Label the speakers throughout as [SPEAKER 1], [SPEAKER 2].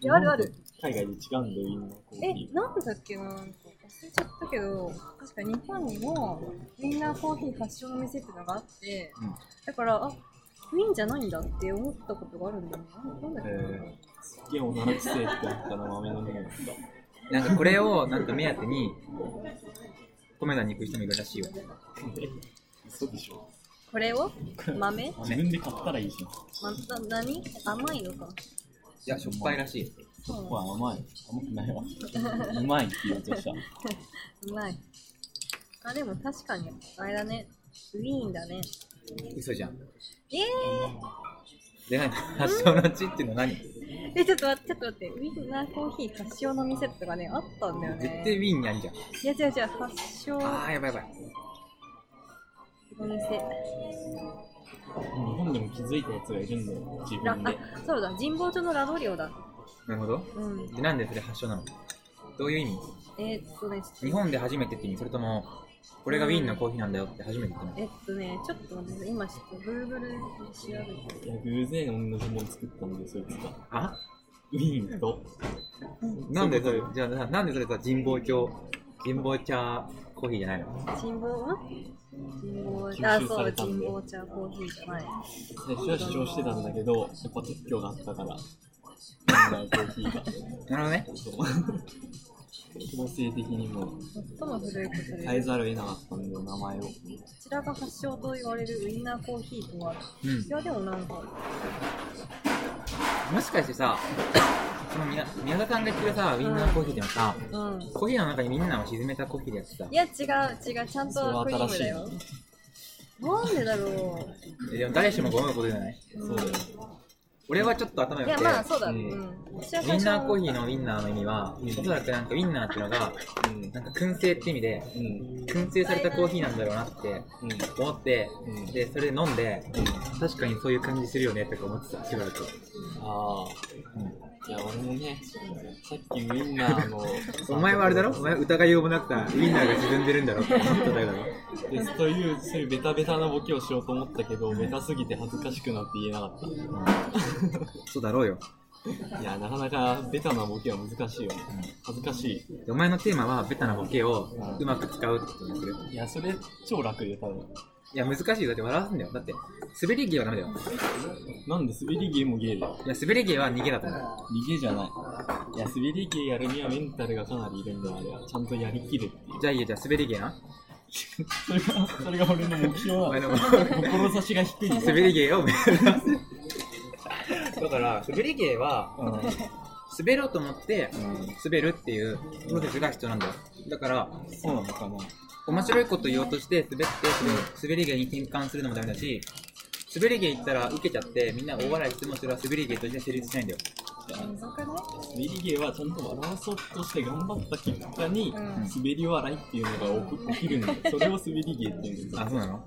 [SPEAKER 1] いやあるある。
[SPEAKER 2] 海外で違うんだよ、みんな。コーヒ
[SPEAKER 1] え、なんだっけななんか忘れちゃったけど、確か日本にもウィンナーコーヒー発祥の店ってのがあって、
[SPEAKER 2] うん
[SPEAKER 1] だから、あウィンじゃないんだって思ったことがあるんだよね。なんなんだっけな、
[SPEAKER 2] えー、すっげえおならくせえって思ったの豆の匂いだった。
[SPEAKER 3] なんかこれをなんか目当てにコメダに行く人もいるらしいよ。
[SPEAKER 2] え嘘でしょ
[SPEAKER 1] これを豆
[SPEAKER 2] 自分で買ったらいいじゃん。
[SPEAKER 1] ま、な何甘いのか。
[SPEAKER 3] いや、しょっぱいらしい。
[SPEAKER 1] そうな
[SPEAKER 2] うわ、甘い。甘くないわ。うまいって言おうとした。
[SPEAKER 1] のうまい。あ、でも確かに、あれだね。ウィーンだね。
[SPEAKER 3] 嘘じゃん。
[SPEAKER 1] え
[SPEAKER 3] で、何発祥の地っていうのは何絶
[SPEAKER 1] ー、え、ちょっと待って、ちょっと待って。ウィンナーコーヒー発祥の店とかね、あったんだよね。
[SPEAKER 3] 対ウィーンにあるじゃん。
[SPEAKER 1] いや違う違う、発祥
[SPEAKER 3] あ
[SPEAKER 1] の
[SPEAKER 3] ー、やばいやばい。
[SPEAKER 1] 店。
[SPEAKER 2] 日本でも気づいたやつがいるんだよ、自
[SPEAKER 1] ラ
[SPEAKER 2] 分
[SPEAKER 1] あ
[SPEAKER 2] で。
[SPEAKER 1] そうだ神保町のラドリオだ
[SPEAKER 3] なるほど。
[SPEAKER 1] うん
[SPEAKER 3] で、なんでそれ発祥なのどういう意味
[SPEAKER 1] えーっとね
[SPEAKER 3] 日本で初めてって意味それとも、これがウィーンのコーヒーなんだよって初めて言ってない
[SPEAKER 1] えっとねちょっと待って今ちょっと Google で調べて
[SPEAKER 2] いや、偶然同じもの作ったんで、そいつが。
[SPEAKER 3] あ
[SPEAKER 2] ウィーンと。
[SPEAKER 3] なんでそ
[SPEAKER 2] そうい
[SPEAKER 3] れ
[SPEAKER 2] うこ、
[SPEAKER 3] じゃあななんでそれさ、神保町、神保茶コーヒーじゃないの
[SPEAKER 1] 神保は神保
[SPEAKER 2] 吸収
[SPEAKER 1] あ
[SPEAKER 2] さ
[SPEAKER 1] そう
[SPEAKER 2] れたんだ
[SPEAKER 1] 神
[SPEAKER 2] よ
[SPEAKER 1] 保茶コーヒーじゃない
[SPEAKER 2] 最初は主張してたんだけど、やっぱ撤去があったから。なんだよコーヒーが。
[SPEAKER 3] なるほどね。
[SPEAKER 2] そう強制的にもう
[SPEAKER 1] 最も古いことで、
[SPEAKER 2] 変え
[SPEAKER 1] こ
[SPEAKER 2] ざるを得なかったんだよ、名前を。
[SPEAKER 1] ちらが発祥と言われるウインナーコーヒーとは
[SPEAKER 3] うん
[SPEAKER 1] い。やでもなんか
[SPEAKER 3] もしかしてさ、 その宮宮田さんが言ってるさ、ウィンナーコーヒーでもさ、
[SPEAKER 1] うん
[SPEAKER 3] コーヒーの中にみんなを沈めたコーヒーでやってさ
[SPEAKER 1] い、や違う違うちゃん
[SPEAKER 2] それ
[SPEAKER 1] と
[SPEAKER 2] は
[SPEAKER 1] クリー
[SPEAKER 2] 新
[SPEAKER 1] ム
[SPEAKER 2] しい
[SPEAKER 1] だよなんでだろ、
[SPEAKER 3] えでも誰しもごめんことじゃないう
[SPEAKER 2] そうだよ。
[SPEAKER 3] 俺はちょっと頭
[SPEAKER 1] う
[SPEAKER 3] 良
[SPEAKER 1] んい
[SPEAKER 3] く
[SPEAKER 1] や
[SPEAKER 3] て、
[SPEAKER 1] まあそうだ、う
[SPEAKER 2] うんん
[SPEAKER 1] 私は
[SPEAKER 3] ウィンナーコーヒー
[SPEAKER 1] の
[SPEAKER 3] のウィンナーの意味は、
[SPEAKER 2] うん
[SPEAKER 3] おそらくなんかウィンナーっていうのが、
[SPEAKER 2] うん。
[SPEAKER 3] なんか燻製って意味で、
[SPEAKER 2] うん。
[SPEAKER 3] 燻製されたコーヒーなんだろうなって
[SPEAKER 2] うん。
[SPEAKER 3] 思って、
[SPEAKER 2] うん
[SPEAKER 3] で、それ飲んで、
[SPEAKER 2] うん
[SPEAKER 3] 確かにそういう感じするよねとか思ってた、しばらく。
[SPEAKER 2] あ
[SPEAKER 3] うん、
[SPEAKER 2] あ、いや、俺もね、さっきウィンナー の
[SPEAKER 3] お前はあれだろお前疑いようもなくた、ウィンナーが沈んでるん だろって思っただけだろ。
[SPEAKER 2] でそういう、そういうベタベタなボケをしようと思ったけど、ベタすぎて恥ずかしくなって言えなかっ
[SPEAKER 3] うんそうだろうよ。
[SPEAKER 2] た。いや、なかなかベタなボケは難しいよね
[SPEAKER 3] ん。
[SPEAKER 2] 恥ずかしい。
[SPEAKER 3] お前のテーマはベタなボケを
[SPEAKER 2] うん
[SPEAKER 3] うまく使うってことにする。
[SPEAKER 2] いや、それ、超楽で、多分。
[SPEAKER 3] いや、難しいよ。だって笑わすんだよ。だって、滑り芸はダメだよ。
[SPEAKER 2] なんで滑り芸も芸だよ。
[SPEAKER 3] いや、滑り芸は逃げだと思
[SPEAKER 2] 逃げじゃない。いや、滑り芸やるにはメンタルがかなりいるんだよ、あれは。ちゃんとやりきるっていう
[SPEAKER 3] う。。じゃあいいよ、じゃあ滑り芸な。
[SPEAKER 2] それが、それが俺の目標
[SPEAKER 3] お前
[SPEAKER 2] なの。
[SPEAKER 3] の
[SPEAKER 2] 志が低いんだよ。
[SPEAKER 3] 滑り芸を目指す。だから、滑り芸は、滑ろうと思って、滑るっていうプロセスが必要なんだよ。だから、
[SPEAKER 2] うん、そうなのかな。
[SPEAKER 3] 面白いこと言おうとして滑ってそれを滑り芸に転換するのもダメだし滑り芸言ったら受けちゃってみんな大笑いしてもそれは滑り芸として成立しないんだよ
[SPEAKER 2] いや
[SPEAKER 1] 謎かね
[SPEAKER 2] 滑り芸はちゃんと笑わそうとして頑張った結果に、
[SPEAKER 1] うん
[SPEAKER 2] 滑り笑いっていうのが起こ起きるんだよ。それを滑り芸っていうんだ
[SPEAKER 3] あ
[SPEAKER 2] よ。
[SPEAKER 3] そうなの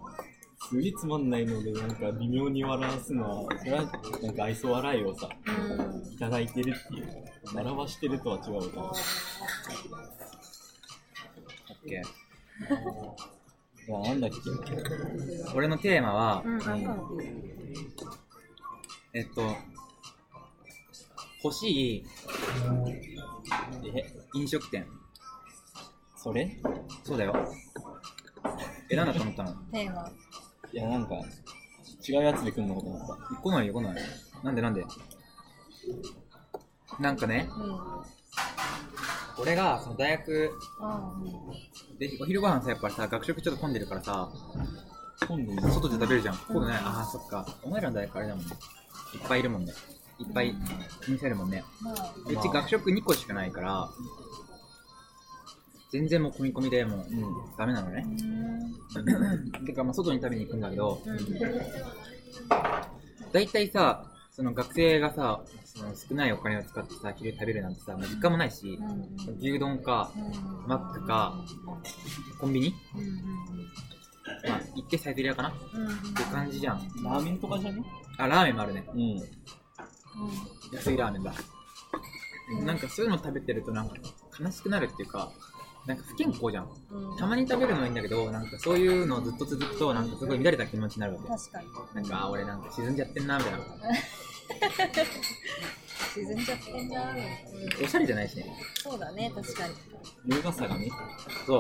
[SPEAKER 2] すげえつまんないので、なんか微妙に笑わすのは、それはなんか愛想笑いをさ、
[SPEAKER 1] うん
[SPEAKER 2] いただいてるっていう。笑わしてるとは違うから。
[SPEAKER 3] OK
[SPEAKER 2] いや、なんだっけ。
[SPEAKER 3] 俺のテーマは、
[SPEAKER 1] うん、あ、そうなの
[SPEAKER 3] えっと欲しい
[SPEAKER 2] え、
[SPEAKER 3] 飲食店
[SPEAKER 2] それ
[SPEAKER 3] そうだよえなんだと思ったの
[SPEAKER 1] テーマ。
[SPEAKER 2] いや、なんか、違うやつで来んのかと思った。
[SPEAKER 3] 来ないよ来ないなんでなんでなんかね
[SPEAKER 1] うん。
[SPEAKER 3] 俺がその大学
[SPEAKER 1] あ
[SPEAKER 3] でお昼ご飯さやっぱりさ学食ちょっと混んでるからさ
[SPEAKER 2] 今度
[SPEAKER 3] 外で食べるじゃん。そうだね。ああ、そっか。お前らの大学あれだもんね。いっぱいいるもんね。いっぱい見せるもんね。
[SPEAKER 1] あ、まあ、
[SPEAKER 3] うち学食2個しかないから、全然もう込み込みでもう
[SPEAKER 2] うん。
[SPEAKER 3] ダメなの
[SPEAKER 1] う
[SPEAKER 3] ね。
[SPEAKER 1] ん。
[SPEAKER 3] てかまあ外に食べに行くんだけど、
[SPEAKER 1] うん。
[SPEAKER 3] 大体さ、その学生がさ、その少ないお金を使ってさ、昼食べるなんてさ、もう時間もないし、牛丼か、
[SPEAKER 1] うん。
[SPEAKER 3] マックか、コンビニ
[SPEAKER 1] うん。
[SPEAKER 3] まあ、行ってサイゼリアかなっ
[SPEAKER 1] うん。うん。
[SPEAKER 3] て感じじゃん。
[SPEAKER 2] ラーメンとかじゃね
[SPEAKER 3] あ、ラーメンもあるね。
[SPEAKER 2] うん。
[SPEAKER 3] 安いラーメンだ
[SPEAKER 1] うん
[SPEAKER 3] なんかそういうの食べてるとなんか悲しくなるっていうかなんか不健康じゃん
[SPEAKER 1] うん。
[SPEAKER 3] たまに食べるのはいいんだけどなんかそういうのをずっと続くとなんかすごい乱れた気持ちになるわけ
[SPEAKER 1] 確かに。
[SPEAKER 3] なんかあー俺なんか沈んじゃってんなみたいな
[SPEAKER 1] 沈んじゃってんな、うん、
[SPEAKER 3] おしゃれじゃないしね。
[SPEAKER 1] そうだね確かに
[SPEAKER 2] 優雅さがね、
[SPEAKER 3] そ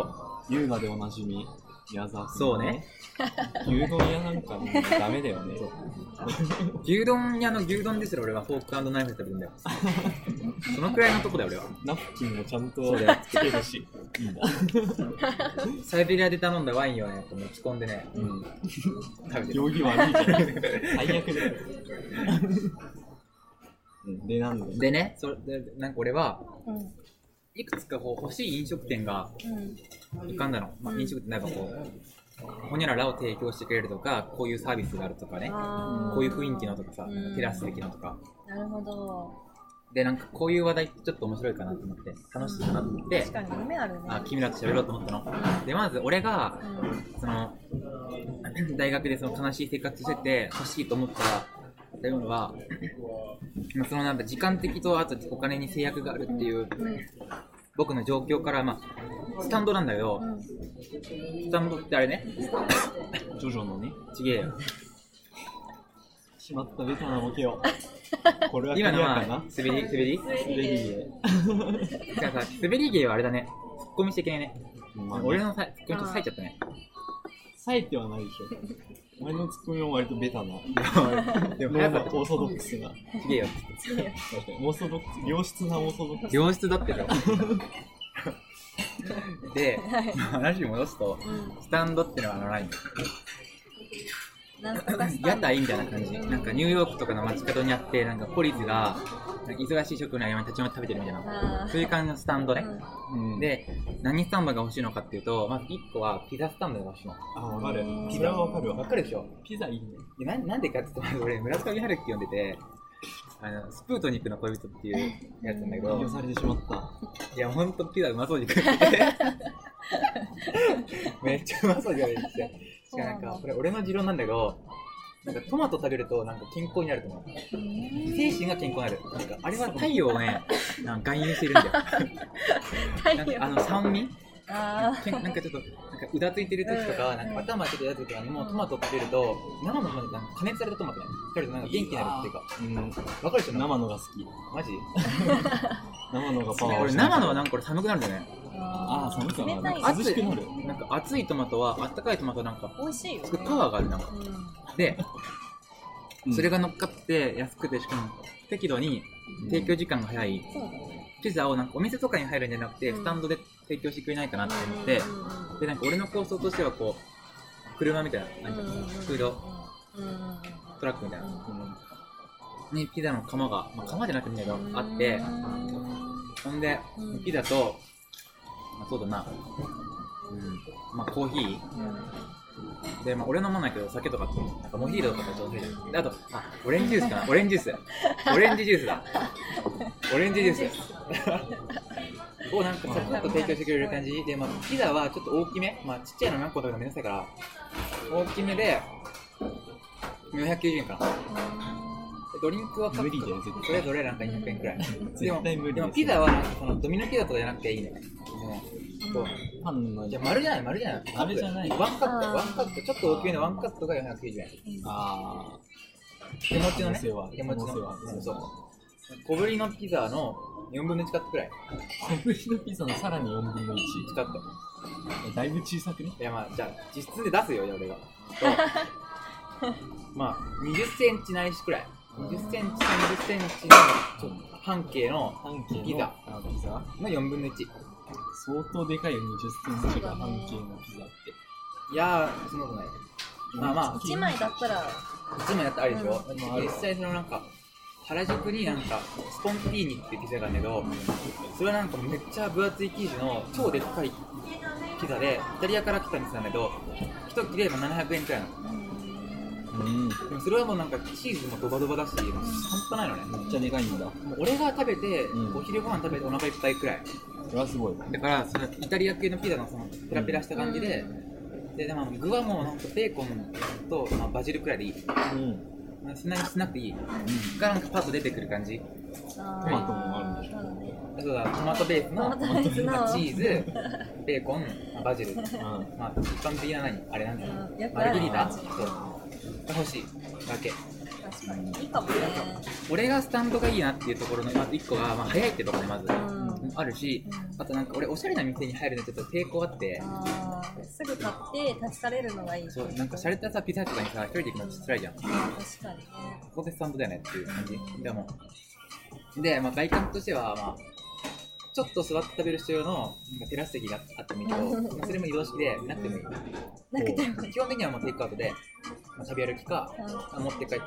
[SPEAKER 3] う。
[SPEAKER 2] 優雅でおなじみ、宮沢君。
[SPEAKER 3] そうね。。
[SPEAKER 2] 牛丼屋なんかもうダメだよね。
[SPEAKER 3] 牛丼屋の牛丼ですら俺はフォークナイフで食べるんだ よ。そのくらいのとこだよ俺は。
[SPEAKER 2] ナプキンもちゃんと
[SPEAKER 3] そうだよ
[SPEAKER 2] つけるし。いいな。
[SPEAKER 3] サイベリアで頼んだワインをね、こう持ち込んでね、
[SPEAKER 2] うん。
[SPEAKER 3] 食べてる。
[SPEAKER 2] 行儀悪いじゃん。最悪だよ。うんで、なんで
[SPEAKER 3] でね、それで、なんか俺は、
[SPEAKER 1] うん
[SPEAKER 3] いくつかこう欲しい飲食店が
[SPEAKER 1] うん
[SPEAKER 3] 浮かんだの。まあ、飲食店なんかこう、ほにゃららを提供してくれるとか、こういうサービスがあるとかね、
[SPEAKER 1] あー
[SPEAKER 3] こういう雰囲気のとかさ、
[SPEAKER 1] うん
[SPEAKER 3] テラス的なとか。
[SPEAKER 1] なるほど
[SPEAKER 3] で、なんかこういう話題ってちょっと面白いかなと思って、楽しいかなと思って
[SPEAKER 1] 確、かに夢あるね
[SPEAKER 3] あ、君らと喋ろうと思ったの。で、まず俺が、
[SPEAKER 1] うん
[SPEAKER 3] その、 大学でその悲しい生活してて、欲しいと思った食べ物は、まあそのなんか時間的と、あとお金に制約があるっていう、
[SPEAKER 1] うん
[SPEAKER 3] 僕の状況から、まあ、スタンドなんだけど、
[SPEAKER 1] うん
[SPEAKER 3] スタンドってあれね、
[SPEAKER 2] ジョジョのね、
[SPEAKER 3] ちげえよ。
[SPEAKER 2] しまったベタなボケを。これはクリ
[SPEAKER 3] 今
[SPEAKER 2] ア
[SPEAKER 3] のは
[SPEAKER 2] かな
[SPEAKER 3] 滑り、滑り
[SPEAKER 2] レディ
[SPEAKER 3] だからさ、滑り芸はあれだね。ツッコミしていけないね。
[SPEAKER 2] ー。
[SPEAKER 3] 俺
[SPEAKER 2] 俺、
[SPEAKER 3] のさツッコミちょっと冴えちゃったね。
[SPEAKER 2] 冴えてはないでしょ。俺のツッコミも割とベタな。
[SPEAKER 3] でも
[SPEAKER 2] な
[SPEAKER 3] 早
[SPEAKER 2] ん
[SPEAKER 3] か
[SPEAKER 2] か
[SPEAKER 3] った。
[SPEAKER 2] オーソドックスな。
[SPEAKER 3] ちげえよ。
[SPEAKER 2] オーソドックス、良質なオーソドックス。
[SPEAKER 3] 良質だって よ。で、話に戻すと、
[SPEAKER 1] うん
[SPEAKER 3] スタンドってのはあのライン。
[SPEAKER 1] なんとかスタ
[SPEAKER 3] 屋
[SPEAKER 1] ンド
[SPEAKER 3] 台みたいな感じ。なんかニューヨークとかの街角にあって、なんかポリスが、なんか忙しい職の合間に立ち寄って食べてるみたいな。
[SPEAKER 1] あ
[SPEAKER 3] そういう感じのスタンド
[SPEAKER 1] ー
[SPEAKER 3] ね。
[SPEAKER 2] うん、
[SPEAKER 3] で、何スタンドが欲しいのかっていうと、まず1個はピザスタンドが欲しいの。
[SPEAKER 2] あ、わかる。ピザはわかるわ。
[SPEAKER 3] わかるでしょ
[SPEAKER 2] ピザいいね。
[SPEAKER 3] でなんなんでかって言ったら俺村上春樹読んでてあのスプートニックの恋人っていうやつなんだけ
[SPEAKER 2] 利用
[SPEAKER 3] ど
[SPEAKER 2] されてしまった。
[SPEAKER 3] いやほんとピザうまそうに食っ ててめっちゃうまそうに食べててしかもなんかこれ俺の持論なんだけどなんかトマト食べるとなんか健康になると思う
[SPEAKER 1] うん
[SPEAKER 3] 精神が健康になるなんかあれは太陽を ねなんか含有してるんだよなん
[SPEAKER 1] 太
[SPEAKER 3] か
[SPEAKER 1] 陽
[SPEAKER 3] あの酸味
[SPEAKER 1] あ
[SPEAKER 3] けんなんかちょっとなんかうだついてる時とか,、
[SPEAKER 1] うん
[SPEAKER 3] なんか頭ちょっとうだついてる時にもうトマト食べると生のままなんか加熱されたトマトね食べるとなんか元気になるっていうか
[SPEAKER 2] うん。
[SPEAKER 3] わかるでしょ
[SPEAKER 2] 生のが好き。
[SPEAKER 3] マジ
[SPEAKER 2] 生のがパワーを
[SPEAKER 3] 俺生のはなんかこれ寒くなるんだよね
[SPEAKER 2] ああ、
[SPEAKER 1] あ
[SPEAKER 2] 寒く
[SPEAKER 1] 冷た
[SPEAKER 2] ないる。涼しくなる。
[SPEAKER 3] なんか熱いトマトはあったかいトマトなんか
[SPEAKER 1] 美味しいよね
[SPEAKER 3] すごいパワーがあるなんか
[SPEAKER 1] う
[SPEAKER 3] で
[SPEAKER 2] うん
[SPEAKER 3] それが乗っかって安くてしかも適度に提供時間が早い
[SPEAKER 1] んそうだね
[SPEAKER 3] ピザをなんかお店とかに入るんじゃなくて
[SPEAKER 1] うん
[SPEAKER 3] スタンドで提供してくれないかなって思って
[SPEAKER 1] うんうんうん
[SPEAKER 3] でなんか俺の構想としてはこう車みたいななんかフード
[SPEAKER 1] うんうんうん
[SPEAKER 3] トラックみたいな
[SPEAKER 1] う
[SPEAKER 3] にピザの窯が、まあ、窯じゃなくてもいいんだけ
[SPEAKER 1] ん
[SPEAKER 3] どあってほんで
[SPEAKER 1] うん
[SPEAKER 3] ピザと、まあ、そうだな、うんまあ、コーヒーで、まあ、俺飲まないけど、酒とか、なんかモヒートとかが上手で。あと、あ、オレンジジュースかな。オレンジジュース。オレンジジュースだ。オレンジジュース。をなんかサクッと提供してくれる感じで、まあ、ピザはちょっと大きめ。まあ、ちっちゃいの何個食べてもめんどくさいから、大きめで、490円かな。でドリンクは各個
[SPEAKER 2] 無理だよ絶対
[SPEAKER 3] それぞれなんか200円くらい。でも、
[SPEAKER 2] 絶対無理
[SPEAKER 3] で
[SPEAKER 2] です
[SPEAKER 3] もピザはなんかそのドミノピザとかじゃなくていいね。うんこう
[SPEAKER 2] パンの
[SPEAKER 3] じゃあ丸じゃない丸じゃない
[SPEAKER 2] 丸じゃない
[SPEAKER 3] カップワンカッ
[SPEAKER 1] あ
[SPEAKER 3] ト
[SPEAKER 1] ー
[SPEAKER 3] ワンカットちょっと大きめのワンカットが490円
[SPEAKER 2] あ
[SPEAKER 3] 手持ちの
[SPEAKER 2] 可
[SPEAKER 3] ね
[SPEAKER 2] 能性は
[SPEAKER 3] 手持ちの
[SPEAKER 2] 可能性は
[SPEAKER 3] そうそう小ぶりのピザの4分の1カットくらい
[SPEAKER 2] あ小ぶりのピザのさらに4分の1
[SPEAKER 3] 使って
[SPEAKER 2] だいぶ小さくね
[SPEAKER 3] いやまあじゃあ実質で出すよじゃあ俺が とまあ2 0ンチないしくらい2 0ンチ3 0ンチのちょっと半径の
[SPEAKER 2] 半径の
[SPEAKER 3] ピザ
[SPEAKER 2] あピザ
[SPEAKER 3] の4分の1
[SPEAKER 2] 相当でかいよ20センチが半径のピザって
[SPEAKER 3] いやーそんなことないまあまあ
[SPEAKER 1] 1枚だったら
[SPEAKER 3] 1枚だったらあるでしょ、
[SPEAKER 2] うんまあある
[SPEAKER 3] 実際そのなんか原宿になんかスポンティーニってピザがあるんだけどそれはなんかめっちゃ分厚い生地の超でっかいピザでイタリアから来た店なんだけど一切れまあ700円くらいなの
[SPEAKER 2] うんめ
[SPEAKER 3] でもそれはもうなんかチーズもドバドバだしもう半端ないのね
[SPEAKER 2] っちゃでかいんだ
[SPEAKER 3] もう俺が食べて、
[SPEAKER 2] うん
[SPEAKER 3] お昼ご飯食べてお腹いっぱいくらい
[SPEAKER 2] それはすごい
[SPEAKER 3] だからそのイタリア系のピザのそのペラペラした感じで、ででも具はもうなんかベーコンと、まあ、バジルくらいでいい
[SPEAKER 2] うん
[SPEAKER 3] そんなにしなくていいがなんかパッと出てくる感じ
[SPEAKER 1] ト
[SPEAKER 2] マトもあるんでしょ
[SPEAKER 3] そうだトマトベースの
[SPEAKER 1] トマトベースの
[SPEAKER 3] まあチーズベーコンバジル
[SPEAKER 2] うん
[SPEAKER 3] まあ一般的な何あれなんだよ
[SPEAKER 1] うんやっぱ
[SPEAKER 3] マルゲリータ
[SPEAKER 1] うん
[SPEAKER 3] そう欲しいだけ
[SPEAKER 1] 確確かにいいかもね
[SPEAKER 3] 俺がスタンドがいいなっていうところのまず1個が、まあ、早いってところねまず、
[SPEAKER 1] うん
[SPEAKER 3] うんあるしあとなんか俺おしゃれな店に入るのちょっと抵抗あって
[SPEAKER 1] あーすぐ買って立ち去れるのがいい
[SPEAKER 3] そうなんか洒落たさピザとかにさ一人で行くのつらいじゃんこ
[SPEAKER 1] 確かにね
[SPEAKER 3] こでスタンドだよねっていう感じでもで、まあ、外観としてはまあちょっと座って食べる人用のなんかテラス席があってもいいけど、まあそれも移動式でなくてもいい。
[SPEAKER 1] なくても
[SPEAKER 3] 基本的にはもうテイクアウトで、まあ、食べ歩きか、
[SPEAKER 1] うん
[SPEAKER 3] あ持って帰って、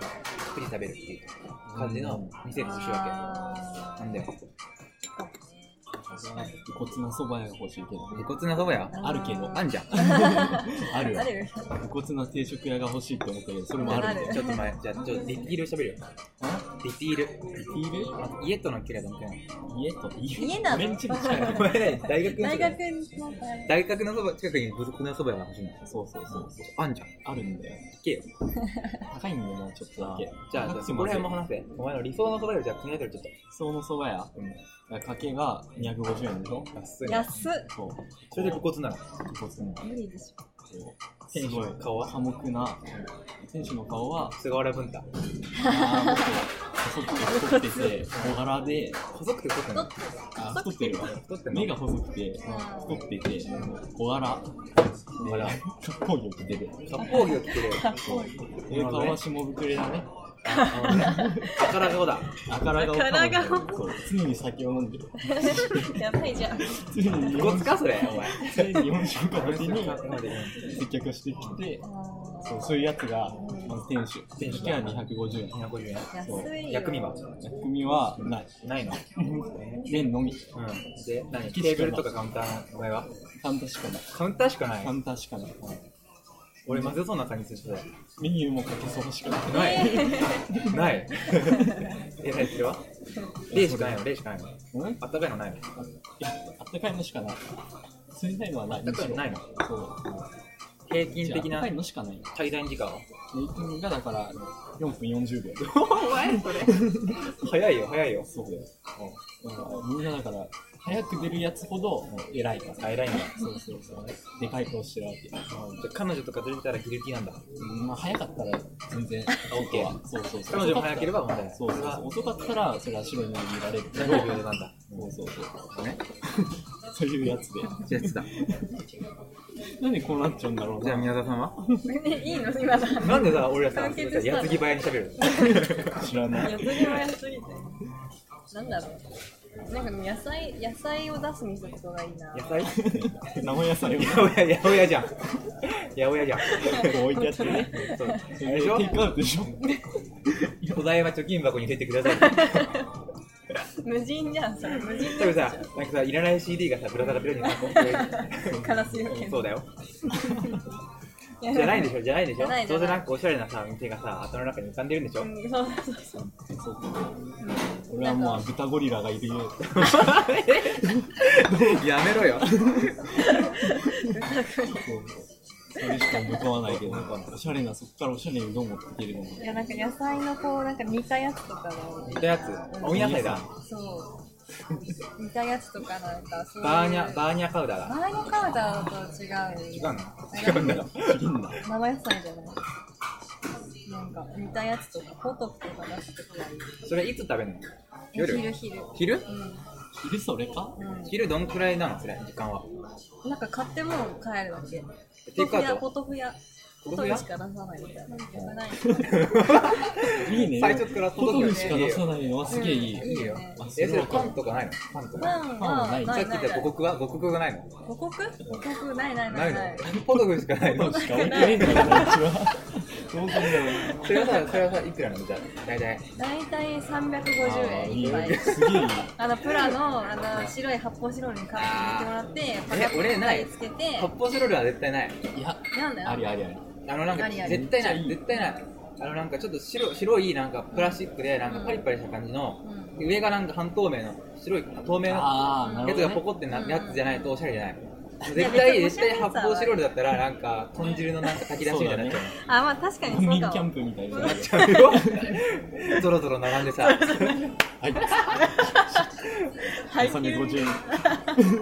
[SPEAKER 3] くり食べるっていう感じの店にするわ
[SPEAKER 1] あ
[SPEAKER 3] け。なんで、
[SPEAKER 1] ー
[SPEAKER 3] こ
[SPEAKER 1] いいかもね確かに
[SPEAKER 2] こっちのそば屋が欲しいけどね。
[SPEAKER 3] 骨なそばや。
[SPEAKER 2] あるけど
[SPEAKER 3] あんじゃん。
[SPEAKER 2] あるよ
[SPEAKER 1] あ。る
[SPEAKER 2] 無骨な定食屋が欲しいって思ったけど、それもあるんだよ。
[SPEAKER 3] ちょっと前、じゃあ、ちょっとディティール喋るよ。ディティール。
[SPEAKER 2] ディティー
[SPEAKER 3] あ家との距離はどのくらい
[SPEAKER 2] ル家と家
[SPEAKER 1] 家なの
[SPEAKER 2] 俺んちの近い
[SPEAKER 3] お前ね大学のそ
[SPEAKER 1] 大
[SPEAKER 3] ば
[SPEAKER 1] 学の場合
[SPEAKER 3] 大学のそば近くに骨なそばやが欲しいの。
[SPEAKER 2] そうそうそうそう。
[SPEAKER 3] あんじゃん。
[SPEAKER 2] あるんだよ。
[SPEAKER 3] 行けよ。
[SPEAKER 2] 高いんだよな、ちょっとだけ。
[SPEAKER 3] じゃあ、じゃあそこら辺も話せ。お前の理想のそばより、じゃあ、組み立てるちょっ
[SPEAKER 2] そのそば屋、かけが250円でし
[SPEAKER 3] と。
[SPEAKER 2] ょ
[SPEAKER 3] 安いな。
[SPEAKER 1] 安っ
[SPEAKER 2] そう。
[SPEAKER 3] それで骨なの。
[SPEAKER 2] 無骨な。
[SPEAKER 1] 無理でしょ
[SPEAKER 2] こう
[SPEAKER 3] 店主の顔は
[SPEAKER 2] 寡黙な、選手の顔は、
[SPEAKER 3] 菅原文太。
[SPEAKER 2] あーもっと細くて太ってて、小柄で、
[SPEAKER 3] 細くて太くない。
[SPEAKER 2] あ太ってるわ。
[SPEAKER 3] 太ってんの
[SPEAKER 2] 目が細くて、太ってて、小柄。
[SPEAKER 3] 小柄
[SPEAKER 2] で、格好着を着てて。
[SPEAKER 3] 割烹着を着てる。
[SPEAKER 2] そう。で、顔は下膨れだね。
[SPEAKER 3] あから顔だ。
[SPEAKER 2] あから顔。
[SPEAKER 1] あから顔
[SPEAKER 2] そう。常に酒を飲んでる。
[SPEAKER 1] やばいじゃん
[SPEAKER 2] 常に日
[SPEAKER 3] ご
[SPEAKER 2] 本
[SPEAKER 3] つかそれ、お前。
[SPEAKER 2] 常に日本酒を片手に
[SPEAKER 3] 250
[SPEAKER 2] 接客してきて、
[SPEAKER 1] あ
[SPEAKER 2] そうそういうやつが、まず店主。店主が250円。
[SPEAKER 3] 円。
[SPEAKER 1] ー安いよ
[SPEAKER 3] 薬味は
[SPEAKER 2] 薬味はない。
[SPEAKER 3] ないの
[SPEAKER 2] 麺のみ。
[SPEAKER 3] うん。で、何テーブルとかカウンターのお前は
[SPEAKER 2] カウンターしかない。
[SPEAKER 3] カウンターしかな
[SPEAKER 2] カウ
[SPEAKER 3] い。
[SPEAKER 2] ンターしかない。
[SPEAKER 3] 俺、混ぜそうな感じする
[SPEAKER 2] メニューもかけそばしかない。
[SPEAKER 3] ない。 ない。え、何それは例しかないの、例しかないの。
[SPEAKER 2] うん
[SPEAKER 3] あったかいのないの。
[SPEAKER 2] やあったかいのしかない。冷たいのはない。
[SPEAKER 3] あったかいのないの。
[SPEAKER 2] そう。
[SPEAKER 3] 平均的
[SPEAKER 2] あっ
[SPEAKER 3] な
[SPEAKER 2] たかいのしかない。
[SPEAKER 3] 滞在時間は。
[SPEAKER 2] レイティングがだから4分40秒。
[SPEAKER 3] お前、それ。早いよ、早いよ。
[SPEAKER 2] そうだよ。だからみんなだから、早く出るやつほど偉いから。
[SPEAKER 3] あ、偉いんだ。
[SPEAKER 2] そうそうそう。でかい顔してるわけ。
[SPEAKER 3] じゃあ彼女とか連れてたらギルティなんだ。
[SPEAKER 2] うんまあ早かったら全然、
[SPEAKER 3] OK
[SPEAKER 2] は。そうそうそう。
[SPEAKER 3] 彼女も早ければ問題ない。
[SPEAKER 2] そうそうそう。遅かったら、それは白い目に見られるけど。
[SPEAKER 3] 何秒でなんだ。
[SPEAKER 2] そうそうそう。
[SPEAKER 3] ね。
[SPEAKER 2] そういうやつで。
[SPEAKER 3] じゃあ、つだ。
[SPEAKER 2] なんでこうなっちゃうんだろう
[SPEAKER 3] じゃあ、
[SPEAKER 2] な。
[SPEAKER 3] 宮沢さんは
[SPEAKER 1] えいいの今の
[SPEAKER 3] なんでさ、俺らさ、
[SPEAKER 1] 完結した
[SPEAKER 3] やつぎ早に喋る
[SPEAKER 2] 知らない
[SPEAKER 1] や。つぎ早すぎてなんだろうなんかでも野菜野菜を出す店とかがいいな
[SPEAKER 3] 野菜
[SPEAKER 2] 名古屋菜を
[SPEAKER 3] 八百屋、八百屋じゃん。八百屋じゃん。
[SPEAKER 2] こう置いてあってね。
[SPEAKER 3] そう。
[SPEAKER 2] そ
[SPEAKER 3] あ
[SPEAKER 2] れ
[SPEAKER 3] れで
[SPEAKER 2] でテ
[SPEAKER 3] しょ
[SPEAKER 2] イクアウトでしょ
[SPEAKER 3] お題は貯金箱に入れてください。
[SPEAKER 1] 無人じゃんそれ無人
[SPEAKER 3] 多分さ、なんかさ、いらない CD がさ、ぶら下がってるんじゃない
[SPEAKER 1] カラスよけ
[SPEAKER 3] そうだよ。じゃないんでしょじゃないんでしょ
[SPEAKER 1] じゃないじ
[SPEAKER 3] ど
[SPEAKER 1] ゃ
[SPEAKER 3] う
[SPEAKER 1] な
[SPEAKER 3] せ
[SPEAKER 1] い
[SPEAKER 3] なんかおしゃれなさ、店がさ、頭の中に浮かんでるんで しょ
[SPEAKER 1] うんそうそうそう
[SPEAKER 2] そうそう俺はもう豚ゴリラがいるよ。
[SPEAKER 3] やめろよ。
[SPEAKER 2] そうそうそれしか向かわないけど、おしゃれな、そっからおしゃれにどうもってけるのも。
[SPEAKER 1] いやなんか野菜のこうなんか煮たやつとかの
[SPEAKER 3] 似たやつ。温野菜だ。
[SPEAKER 1] そう煮たやつとかなんかそういう
[SPEAKER 3] バーニャ、バーニャパウダーだ。
[SPEAKER 1] バーニャカウダーと違う
[SPEAKER 3] 違うの違うんだよ。
[SPEAKER 2] いいんだ。
[SPEAKER 1] 生野菜じゃないなんか煮たやつとかポトフとか出すときはいい
[SPEAKER 3] それいつ食べるの夜
[SPEAKER 1] 昼昼
[SPEAKER 3] 昼
[SPEAKER 1] う
[SPEAKER 2] 昼それか
[SPEAKER 1] んう
[SPEAKER 3] 昼どんくらいなのそれ、時間は。
[SPEAKER 1] んなんか買ってもう帰るだけ
[SPEAKER 3] テイクアウ
[SPEAKER 1] ポ
[SPEAKER 3] ト
[SPEAKER 1] トフ屋
[SPEAKER 3] ポ
[SPEAKER 1] ポト
[SPEAKER 3] トフ
[SPEAKER 1] フ
[SPEAKER 3] 屋
[SPEAKER 1] 屋しか出さないみたい な良くない
[SPEAKER 2] いいね。
[SPEAKER 3] 最初から
[SPEAKER 2] ポトフしか出さないのはすげえいい。
[SPEAKER 1] うん
[SPEAKER 3] いいよ
[SPEAKER 1] ね。
[SPEAKER 2] あす
[SPEAKER 3] え、そ
[SPEAKER 2] ごい
[SPEAKER 3] れパンとかないのパンとか。
[SPEAKER 1] パンはない
[SPEAKER 3] さ
[SPEAKER 1] な
[SPEAKER 3] っ
[SPEAKER 1] い
[SPEAKER 3] き
[SPEAKER 1] な
[SPEAKER 3] 言
[SPEAKER 1] い
[SPEAKER 3] っ
[SPEAKER 1] な
[SPEAKER 3] た
[SPEAKER 1] い
[SPEAKER 3] 五穀は五穀がないの
[SPEAKER 1] 五穀五穀ないないな
[SPEAKER 3] ないいの
[SPEAKER 1] ない
[SPEAKER 3] ポトフしかないの
[SPEAKER 2] しか置いてねえんだよ、こっちは。どうすんだよ。
[SPEAKER 3] それはさ、それはさ、いくらなのじゃあ、大体。
[SPEAKER 1] 大体350
[SPEAKER 2] あー
[SPEAKER 1] 円
[SPEAKER 2] いい
[SPEAKER 1] いっぱ
[SPEAKER 2] ね
[SPEAKER 1] い
[SPEAKER 2] すげえいい。
[SPEAKER 1] あのプラのあの白い発泡スチロールにカップ入れてもらって
[SPEAKER 3] え俺ない
[SPEAKER 1] つけて
[SPEAKER 3] 発泡スチロールは絶対ない。
[SPEAKER 2] いや、
[SPEAKER 1] なんだよ
[SPEAKER 2] ありありあり。
[SPEAKER 3] あのなんか、
[SPEAKER 1] ありあり
[SPEAKER 3] 絶対な
[SPEAKER 2] めっ
[SPEAKER 3] い。
[SPEAKER 2] ちゃいい
[SPEAKER 3] 絶対ない。あのなんかちょっと白白いなんかプラスチックでなんかパリパリした感じの、
[SPEAKER 1] うん
[SPEAKER 3] 上がなんか半透明の白い透明のや
[SPEAKER 2] あー、なる
[SPEAKER 3] つ
[SPEAKER 2] ほ
[SPEAKER 3] がポ
[SPEAKER 2] ど、ね。
[SPEAKER 3] コってな
[SPEAKER 1] うん
[SPEAKER 3] やつじゃないとおしゃれじゃない。
[SPEAKER 1] いや
[SPEAKER 3] 絶 対
[SPEAKER 1] 別
[SPEAKER 3] 絶
[SPEAKER 1] におしゃれ
[SPEAKER 3] 対
[SPEAKER 1] さは
[SPEAKER 3] 発泡スチロールだったらなんか豚汁のなんか炊き出しみたいになっちゃう。
[SPEAKER 1] あまあ確かに
[SPEAKER 2] 難
[SPEAKER 1] そう
[SPEAKER 2] 民キ
[SPEAKER 1] か
[SPEAKER 2] ャン
[SPEAKER 1] も
[SPEAKER 2] プみたいになる。
[SPEAKER 3] ゾロゾロ並んでさ、
[SPEAKER 2] はい。
[SPEAKER 1] 配給
[SPEAKER 2] 350円。
[SPEAKER 1] 確かに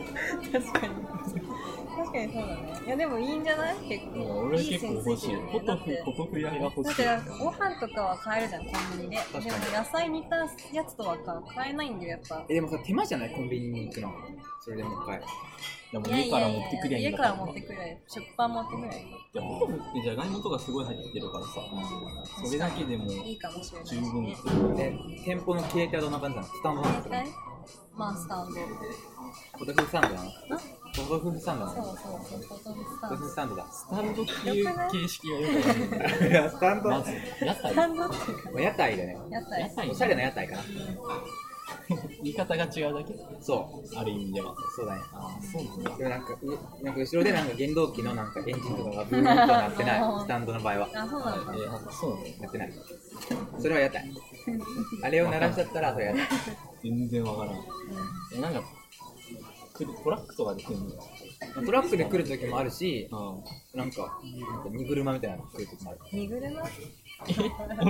[SPEAKER 1] 確確かにそうだねいやでもいいんじゃない結
[SPEAKER 2] いや
[SPEAKER 1] 構
[SPEAKER 2] 俺
[SPEAKER 1] いい
[SPEAKER 2] 結構
[SPEAKER 1] 線つ
[SPEAKER 2] 欲
[SPEAKER 1] い
[SPEAKER 2] してい
[SPEAKER 1] るよ。ね
[SPEAKER 2] ポ
[SPEAKER 1] だ
[SPEAKER 2] ト
[SPEAKER 1] っ
[SPEAKER 2] フ
[SPEAKER 1] て、
[SPEAKER 2] ポトフ屋が欲
[SPEAKER 1] だっ
[SPEAKER 2] しい
[SPEAKER 1] て。なんかご飯とかは買えるじゃんコンビニで
[SPEAKER 3] 確かに
[SPEAKER 1] でも野菜煮たやつとか買えないんだよやっぱ
[SPEAKER 3] えでもさ手間じゃないコンビニに行くのそれでもう一回
[SPEAKER 2] でも家から持ってくりゃいい
[SPEAKER 1] 家
[SPEAKER 2] んだ
[SPEAKER 1] から持ってくりゃいい食パン持ってくりゃい
[SPEAKER 2] でもポトフってじゃがいもとかすごい入ってるからさ、それだけでも
[SPEAKER 1] いいいかもしれない
[SPEAKER 2] 十
[SPEAKER 1] ね
[SPEAKER 2] 分。
[SPEAKER 3] で店舗の携帯はどんな感じなのスタンドなの
[SPEAKER 1] 絶対まあスタンド
[SPEAKER 3] ポトフスタンドなの
[SPEAKER 1] な
[SPEAKER 3] ポトフスタンドな
[SPEAKER 1] そうそう
[SPEAKER 3] の
[SPEAKER 1] そうポトフスタ
[SPEAKER 3] ポト
[SPEAKER 1] ン
[SPEAKER 3] フ
[SPEAKER 1] ド
[SPEAKER 3] スタンドだ
[SPEAKER 2] スタンドっていう形式がよくあるんだよ。
[SPEAKER 3] いやスタン
[SPEAKER 2] まず、屋
[SPEAKER 1] スタ
[SPEAKER 2] 台。
[SPEAKER 1] ンドっていうか
[SPEAKER 3] 屋台だね
[SPEAKER 1] 屋
[SPEAKER 2] 屋
[SPEAKER 1] 台
[SPEAKER 2] 台
[SPEAKER 3] おしゃれな屋台かな
[SPEAKER 2] 言い方が違うだけ
[SPEAKER 3] そう
[SPEAKER 2] ある意味では。
[SPEAKER 3] そうだね
[SPEAKER 2] ああ、そうなんだ。
[SPEAKER 3] でもなんかうなんか後ろでなんか原動機のなんかエンジンとかがブーンとなってな
[SPEAKER 1] あ
[SPEAKER 3] い
[SPEAKER 1] ー
[SPEAKER 3] スタンドの場合は
[SPEAKER 1] あそうなんだ
[SPEAKER 2] えー、そうなんだ。
[SPEAKER 3] なってないそれは屋台あれを鳴らしちゃったらそれ屋台
[SPEAKER 2] 全然わからん。え、なんか、来るトラックとかで来るんだよ。
[SPEAKER 3] トラックで来る時もあるし
[SPEAKER 2] うん。
[SPEAKER 3] なんかなんか荷車みたいなの来る時もある
[SPEAKER 1] 荷車
[SPEAKER 2] え、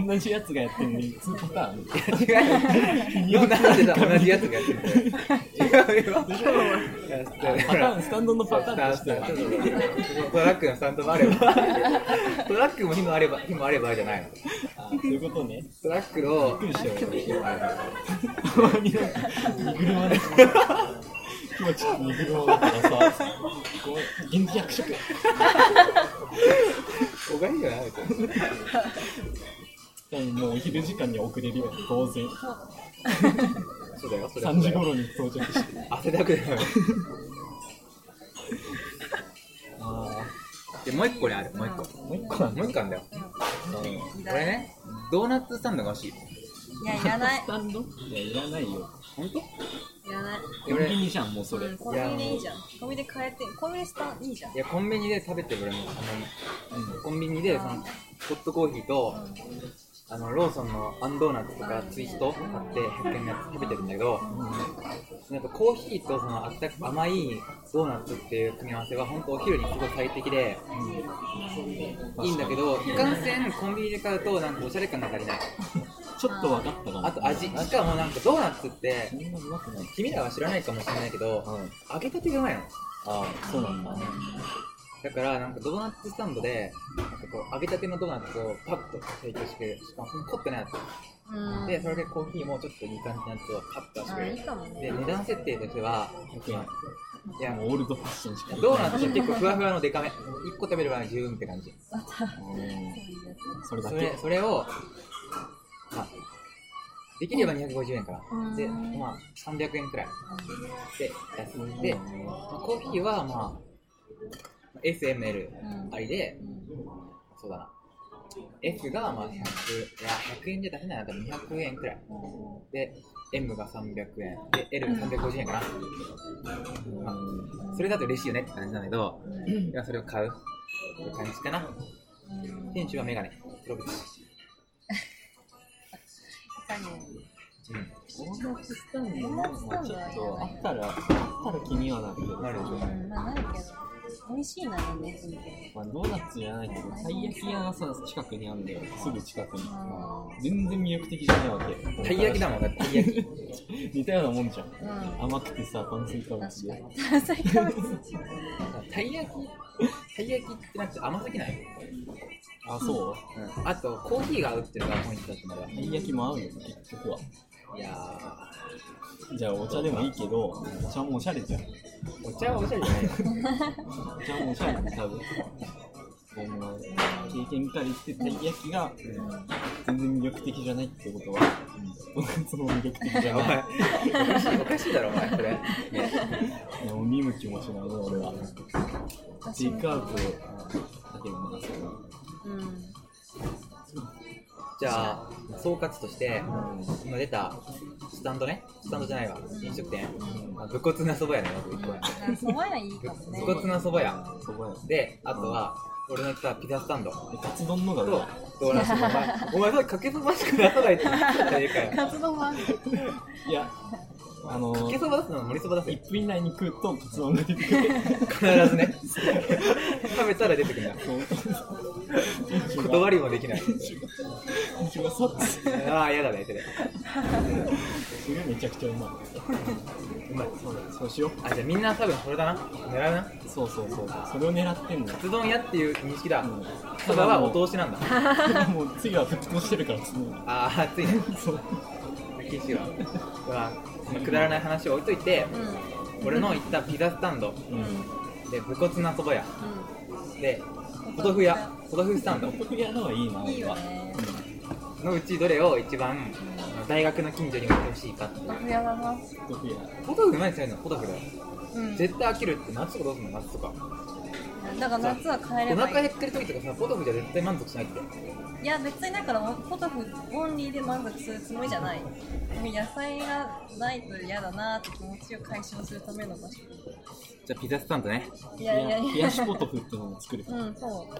[SPEAKER 2] 同じやつがやってるのに、2パタ ーン
[SPEAKER 3] いや違うよなんでさ同じやつがやってるの違うよいや
[SPEAKER 2] あパターン、スタンドの パターンとしては。
[SPEAKER 3] トラックのスタンドもあ ればトラックも火もあれば火もあればじゃないの
[SPEAKER 2] あそういうことね。
[SPEAKER 3] トラックの
[SPEAKER 2] びっくりしたよ俺。
[SPEAKER 3] あれ
[SPEAKER 2] たまになんか、荷車で。今ちょっと荷車だからさ、こう、元気役職。
[SPEAKER 3] おかしいよなみたいな
[SPEAKER 2] もうお昼時間には遅れるよ、当然。
[SPEAKER 3] そうだよそれはそうだ
[SPEAKER 2] 3時
[SPEAKER 3] よ
[SPEAKER 2] 頃に到着して。
[SPEAKER 3] 汗だくだよ
[SPEAKER 2] あ
[SPEAKER 3] でもう一個ねあるもう一個
[SPEAKER 2] あ、もう一個は
[SPEAKER 3] もう一
[SPEAKER 2] ね、
[SPEAKER 3] 個あんだよ
[SPEAKER 2] うん
[SPEAKER 1] うん
[SPEAKER 3] これねドーナツスタンドが欲しい
[SPEAKER 1] いやいらない
[SPEAKER 2] スタンドいや、いらないよ。
[SPEAKER 3] 本当
[SPEAKER 1] いらない
[SPEAKER 2] コンビニじゃん、もうそれ。
[SPEAKER 1] うんコンビニでいいじゃんコンビニで買えてコンビニスタンいいじゃん
[SPEAKER 3] いやコンビニで食べてる俺もあの
[SPEAKER 2] う
[SPEAKER 3] コンビニでそのホットコーヒーと
[SPEAKER 1] うん
[SPEAKER 3] あのローソンのあんドーナツとかツイスト買って100円のやつ食べてるんだけど
[SPEAKER 2] んうん
[SPEAKER 3] やっぱコーヒーとそのあったく甘いドーナツっていう組み合わせは本当お昼にすごい最適でいいんだけどいかんせんコンビニで買うとなんかおしゃれ感が足りない
[SPEAKER 2] ちょっと分かったかも。
[SPEAKER 3] あと味しかもなんかドーナツって
[SPEAKER 2] そんなうまくない。
[SPEAKER 3] 君らは知らないかもしれないけど
[SPEAKER 2] うん
[SPEAKER 3] 揚げたてがうまいの
[SPEAKER 2] ああ、そうなんだ。
[SPEAKER 3] だからなんかドーナツスタンドでなんかこう揚げたてのドーナツをパッと提供してくれるしかもその凝ってないや
[SPEAKER 1] うん
[SPEAKER 3] つでそれでコーヒーもちょっといい感じのやつをパッと出してく
[SPEAKER 1] あ
[SPEAKER 3] れ
[SPEAKER 1] いい
[SPEAKER 3] る
[SPEAKER 1] かも
[SPEAKER 3] で
[SPEAKER 1] ね
[SPEAKER 3] 値段設定としては100円いや
[SPEAKER 2] もうオールドファッションしか。
[SPEAKER 3] ドーナツって結構ふわふわのデカめ1個食べれば十分って感じ
[SPEAKER 2] うんそれだ
[SPEAKER 3] そ
[SPEAKER 2] け
[SPEAKER 3] れ。それを、まあ、できれば250円から、
[SPEAKER 1] うん
[SPEAKER 3] で、まあ、300円くらいで安いで、まあ、コーヒーは、まあ、SML
[SPEAKER 1] うん
[SPEAKER 3] ありで、
[SPEAKER 1] うん
[SPEAKER 3] そうだな S がまあ100いや100円じゃ出せないな多分200円くらいで M が300円で L が350円かな、
[SPEAKER 2] うん
[SPEAKER 3] それだと嬉しいよねって感じなんだけど
[SPEAKER 1] うん
[SPEAKER 3] 今それを買うって感じかな店主はメガネロブチ
[SPEAKER 1] 他に
[SPEAKER 3] う
[SPEAKER 2] ドーナツスタンド
[SPEAKER 1] ドーナツスタンドは
[SPEAKER 2] ちょっとあったら、あったら気にはなるけど。
[SPEAKER 3] んなるでしょ
[SPEAKER 1] うんまあなるけど美味しいならね全然
[SPEAKER 2] まあ、ドーナツじゃないけど、たい焼き屋がさ、近くにあんだよ。すぐ近く
[SPEAKER 1] う
[SPEAKER 2] に。全然魅力的じゃないわけ。
[SPEAKER 3] たい焼きだもんだ ってたい焼き
[SPEAKER 2] 似たようなもんじゃん。
[SPEAKER 1] ん
[SPEAKER 2] 甘くてさ、炭水化物
[SPEAKER 1] 確か
[SPEAKER 2] で。
[SPEAKER 1] に炭水化物
[SPEAKER 3] たい焼きたい焼きってなんか甘すぎない、
[SPEAKER 2] あ、そう
[SPEAKER 3] あとコーヒーが合うっていうのがポイントだったんだよ
[SPEAKER 2] たい焼きも合うよ、結局は。
[SPEAKER 3] いや
[SPEAKER 2] じゃあ、お茶でもいいけど、お茶もおしゃれじゃん。
[SPEAKER 3] ーお茶はおしゃれじゃないよ
[SPEAKER 2] お茶もおしゃれで多分。 そんな経験から言って、たい焼きが全然魅力的じゃないってことは、ドーナツも魅力的じゃ
[SPEAKER 3] お
[SPEAKER 2] ない。
[SPEAKER 3] 前おかしい おかしいだろお前それ
[SPEAKER 2] いやもう見向きもしないの、俺は。テイクアウトだけどな、それは。
[SPEAKER 1] うん
[SPEAKER 3] じゃあ総括として
[SPEAKER 2] うん
[SPEAKER 3] 今出たスタンドねスタンドじゃないわ飲食店まあ武骨なそば屋ねまず一個目
[SPEAKER 1] あそば屋いいかもね
[SPEAKER 3] 武骨なそば屋
[SPEAKER 2] そこや。
[SPEAKER 3] であとは俺の言ったピザスタンド
[SPEAKER 2] でカツ丼のがう
[SPEAKER 3] と
[SPEAKER 2] まい
[SPEAKER 3] ドーナツのお前お前それかけそばしか出さないって言ったらいいかよ
[SPEAKER 1] カツ丼は
[SPEAKER 2] や、あの
[SPEAKER 3] かけそば出すのは盛りそば出すよ
[SPEAKER 2] 1分以内に食うとカツ丼が出てくる。
[SPEAKER 3] 必ずね食べたら出てくるんだ
[SPEAKER 2] そう。
[SPEAKER 3] 断りもできない
[SPEAKER 2] 一応がそっち。
[SPEAKER 3] ああ嫌だねそれ
[SPEAKER 2] それめちゃくちゃうま
[SPEAKER 3] うまい
[SPEAKER 2] い。そうだ、そうしよう。
[SPEAKER 3] あじゃあみんな多分それだな狙うな
[SPEAKER 2] そうそうそう。それを狙ってんの。
[SPEAKER 3] カツ丼屋っていう認識だ
[SPEAKER 2] うん
[SPEAKER 3] そばはお通しなんだ
[SPEAKER 2] もう次は沸騰してるから次に。
[SPEAKER 3] ああ熱いね
[SPEAKER 2] そう。
[SPEAKER 3] 厳しいわうわまあくだらない話を置いといて俺の行ったピザスタンド
[SPEAKER 2] うん。
[SPEAKER 3] で武骨なそば屋でポトフ屋ポトフスタンド
[SPEAKER 2] 僕やのはいい
[SPEAKER 1] い
[SPEAKER 2] な、
[SPEAKER 1] い
[SPEAKER 2] 俺
[SPEAKER 1] よ
[SPEAKER 2] は。
[SPEAKER 1] ね。
[SPEAKER 3] のうちどれを一番大学の近所に置いてほしいかってい
[SPEAKER 1] 豆
[SPEAKER 3] う
[SPEAKER 1] 腐屋だな。
[SPEAKER 2] 僕や。
[SPEAKER 3] ポトフうまいですよねポトフだよ
[SPEAKER 1] うん。
[SPEAKER 3] 絶対飽きるって夏とかどうすんの夏とか
[SPEAKER 1] だから夏は帰れ
[SPEAKER 3] お
[SPEAKER 1] ば
[SPEAKER 3] 腹
[SPEAKER 1] いい。
[SPEAKER 3] 減ってる時とかさポトフじゃ絶対満足しないって
[SPEAKER 1] いや別にだからポトフオンリーで満足するつもりじゃない。野菜がないと嫌だなーって気持ちを解消するための場所。
[SPEAKER 3] じゃあピザスタンドね
[SPEAKER 1] いやいやい
[SPEAKER 2] 冷や
[SPEAKER 1] や。
[SPEAKER 2] しポトフってのも作る。
[SPEAKER 1] うん、そう。